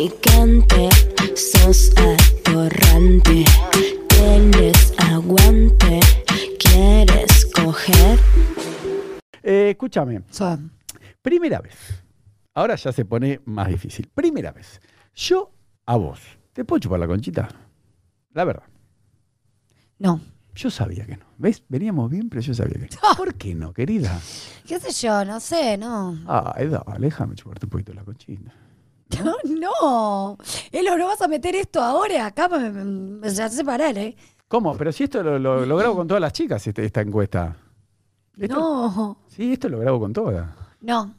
atorrante, sos atorrante. Tienes aguante, quieres coger. Eh, escúchame, So, primera vez. Ahora ya se pone más difícil. Primera vez. Yo a vos. ¿Te puedo chupar la conchita? La verdad. no. Yo sabía que no. ¿Ves? Veníamos bien, pero yo sabía que no. ¿Por qué no, querida? ¿Qué sé yo? No sé, no. Ay, dale, déjame chuparte un poquito la conchita. No. Elo, ¿no vas a meter esto ahora? Acá me, me, me ya separar, ¿eh? ¿Cómo? Pero si esto lo, lo- lo grabo con todas las chicas, este- esta encuesta. Esto- No. Sí, esto lo grabo con todas. No.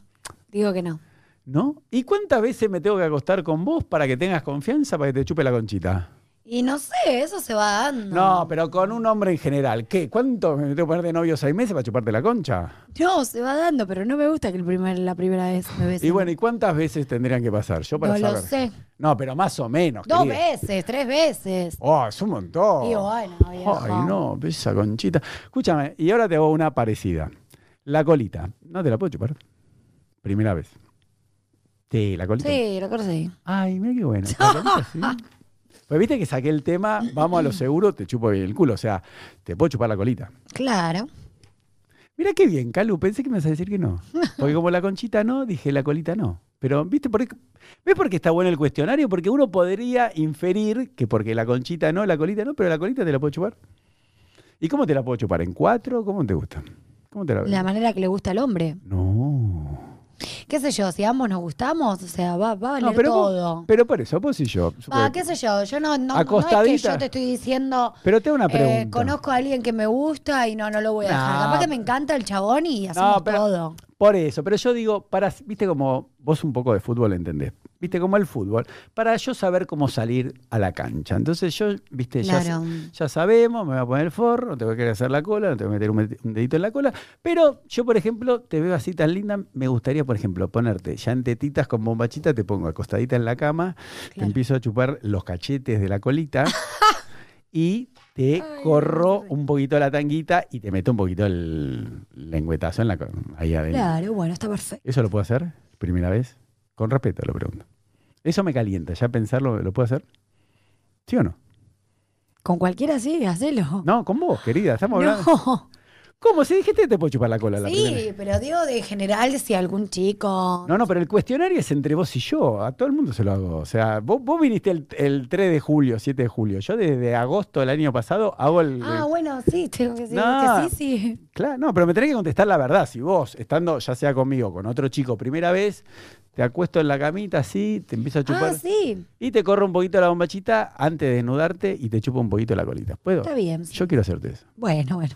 Digo que no. ¿No? ¿Y cuántas veces me tengo que acostar con vos para que tengas confianza para que te chupe la conchita? Y no sé, eso se va dando. No, pero con un hombre en general. ¿Qué? ¿Cuánto me tengo que poner de novio seis meses para chuparte la concha? No, se va dando, pero no me gusta que el primer, la primera vez me besen. Y bueno, ¿y cuántas veces tendrían que pasar? Yo para No lo saber. sé. No, pero más o menos. Dos querida. veces, tres veces. Oh, es un montón. Y bueno, viejo. Ay, no, esa conchita. Escúchame, y ahora te hago una parecida. La colita. No te la puedo chupar. Primera vez. Sí, la colita. Sí, lo conocí. Ay, mira qué bueno. La colita, sí. Pues viste que saqué el tema, vamos a lo seguro, te chupo bien el culo. O sea, te puedo chupar la colita. Claro. Mira qué bien, Calu, pensé que me ibas a decir que no. Porque como la conchita no, dije la colita no. Pero, ¿viste? Por, qué- ¿Ves por qué está bueno el cuestionario? Porque uno podría inferir que porque la conchita no, la colita no, pero la colita te la puedo chupar. ¿Y cómo te la puedo chupar? ¿En cuatro? ¿Cómo te gusta? ¿Cómo te la La manera que le gusta al hombre. No. qué sé yo, si ambos nos gustamos, o sea, va, va a valer No, pero, vos- todo. pero por eso, vos y yo. Ah, supongo- qué sé yo, yo no, no, no es que Acostadita. yo te estoy diciendo, Pero te hago una eh, pregunta. conozco a alguien que me gusta y no, no lo voy a dejar. Nah. Capaz que me encanta el chabón y hacemos pero- todo. Por eso, pero yo digo, para, viste como vos un poco de fútbol entendés, viste como el fútbol, para yo saber cómo salir a la cancha. Entonces yo, viste, ya, Claro. ya sabemos, me voy a poner el forro, no te voy a querer hacer la cola, no te voy a meter un, met- un dedito en la cola, pero yo, por ejemplo, te veo así tan linda, me gustaría, por ejemplo, ponerte ya en tetitas con bombachita, te pongo acostadita en la cama, te Claro. empiezo a chupar los cachetes de la colita y te corro un poquito la tanguita y te meto un poquito el lengüetazo en la, co- ahí adentro. Claro, bueno, está perfecto. ¿Eso lo puedo hacer? Primera vez. Con respeto lo pregunto. Eso me calienta, ya pensarlo, ¿lo puedo hacer? ¿Sí o no? Con cualquiera sí, hacelo. No, con vos, querida, estamos hablando. No. ¿Cómo? Si dijiste que te puedo chupar la cola la primera Sí, vez. pero digo de general si algún chico. No, no, pero el cuestionario es entre vos y yo. A todo el mundo se lo hago. O sea, vos, vos viniste el, el 3 de julio, 7 de julio. Yo desde agosto del año pasado hago el. Ah, el- bueno, sí, tengo que decir No. que sí, sí. Claro, no, pero me tenés que contestar la verdad. Si vos, estando ya sea conmigo o con otro chico primera vez, te acuesto en la camita así, te empiezo a chupar. Ah, sí, Y te corro un poquito la bombachita antes de desnudarte y te chupo un poquito la colita. ¿Puedo? está bien. sí. Yo quiero hacerte eso. Bueno, bueno.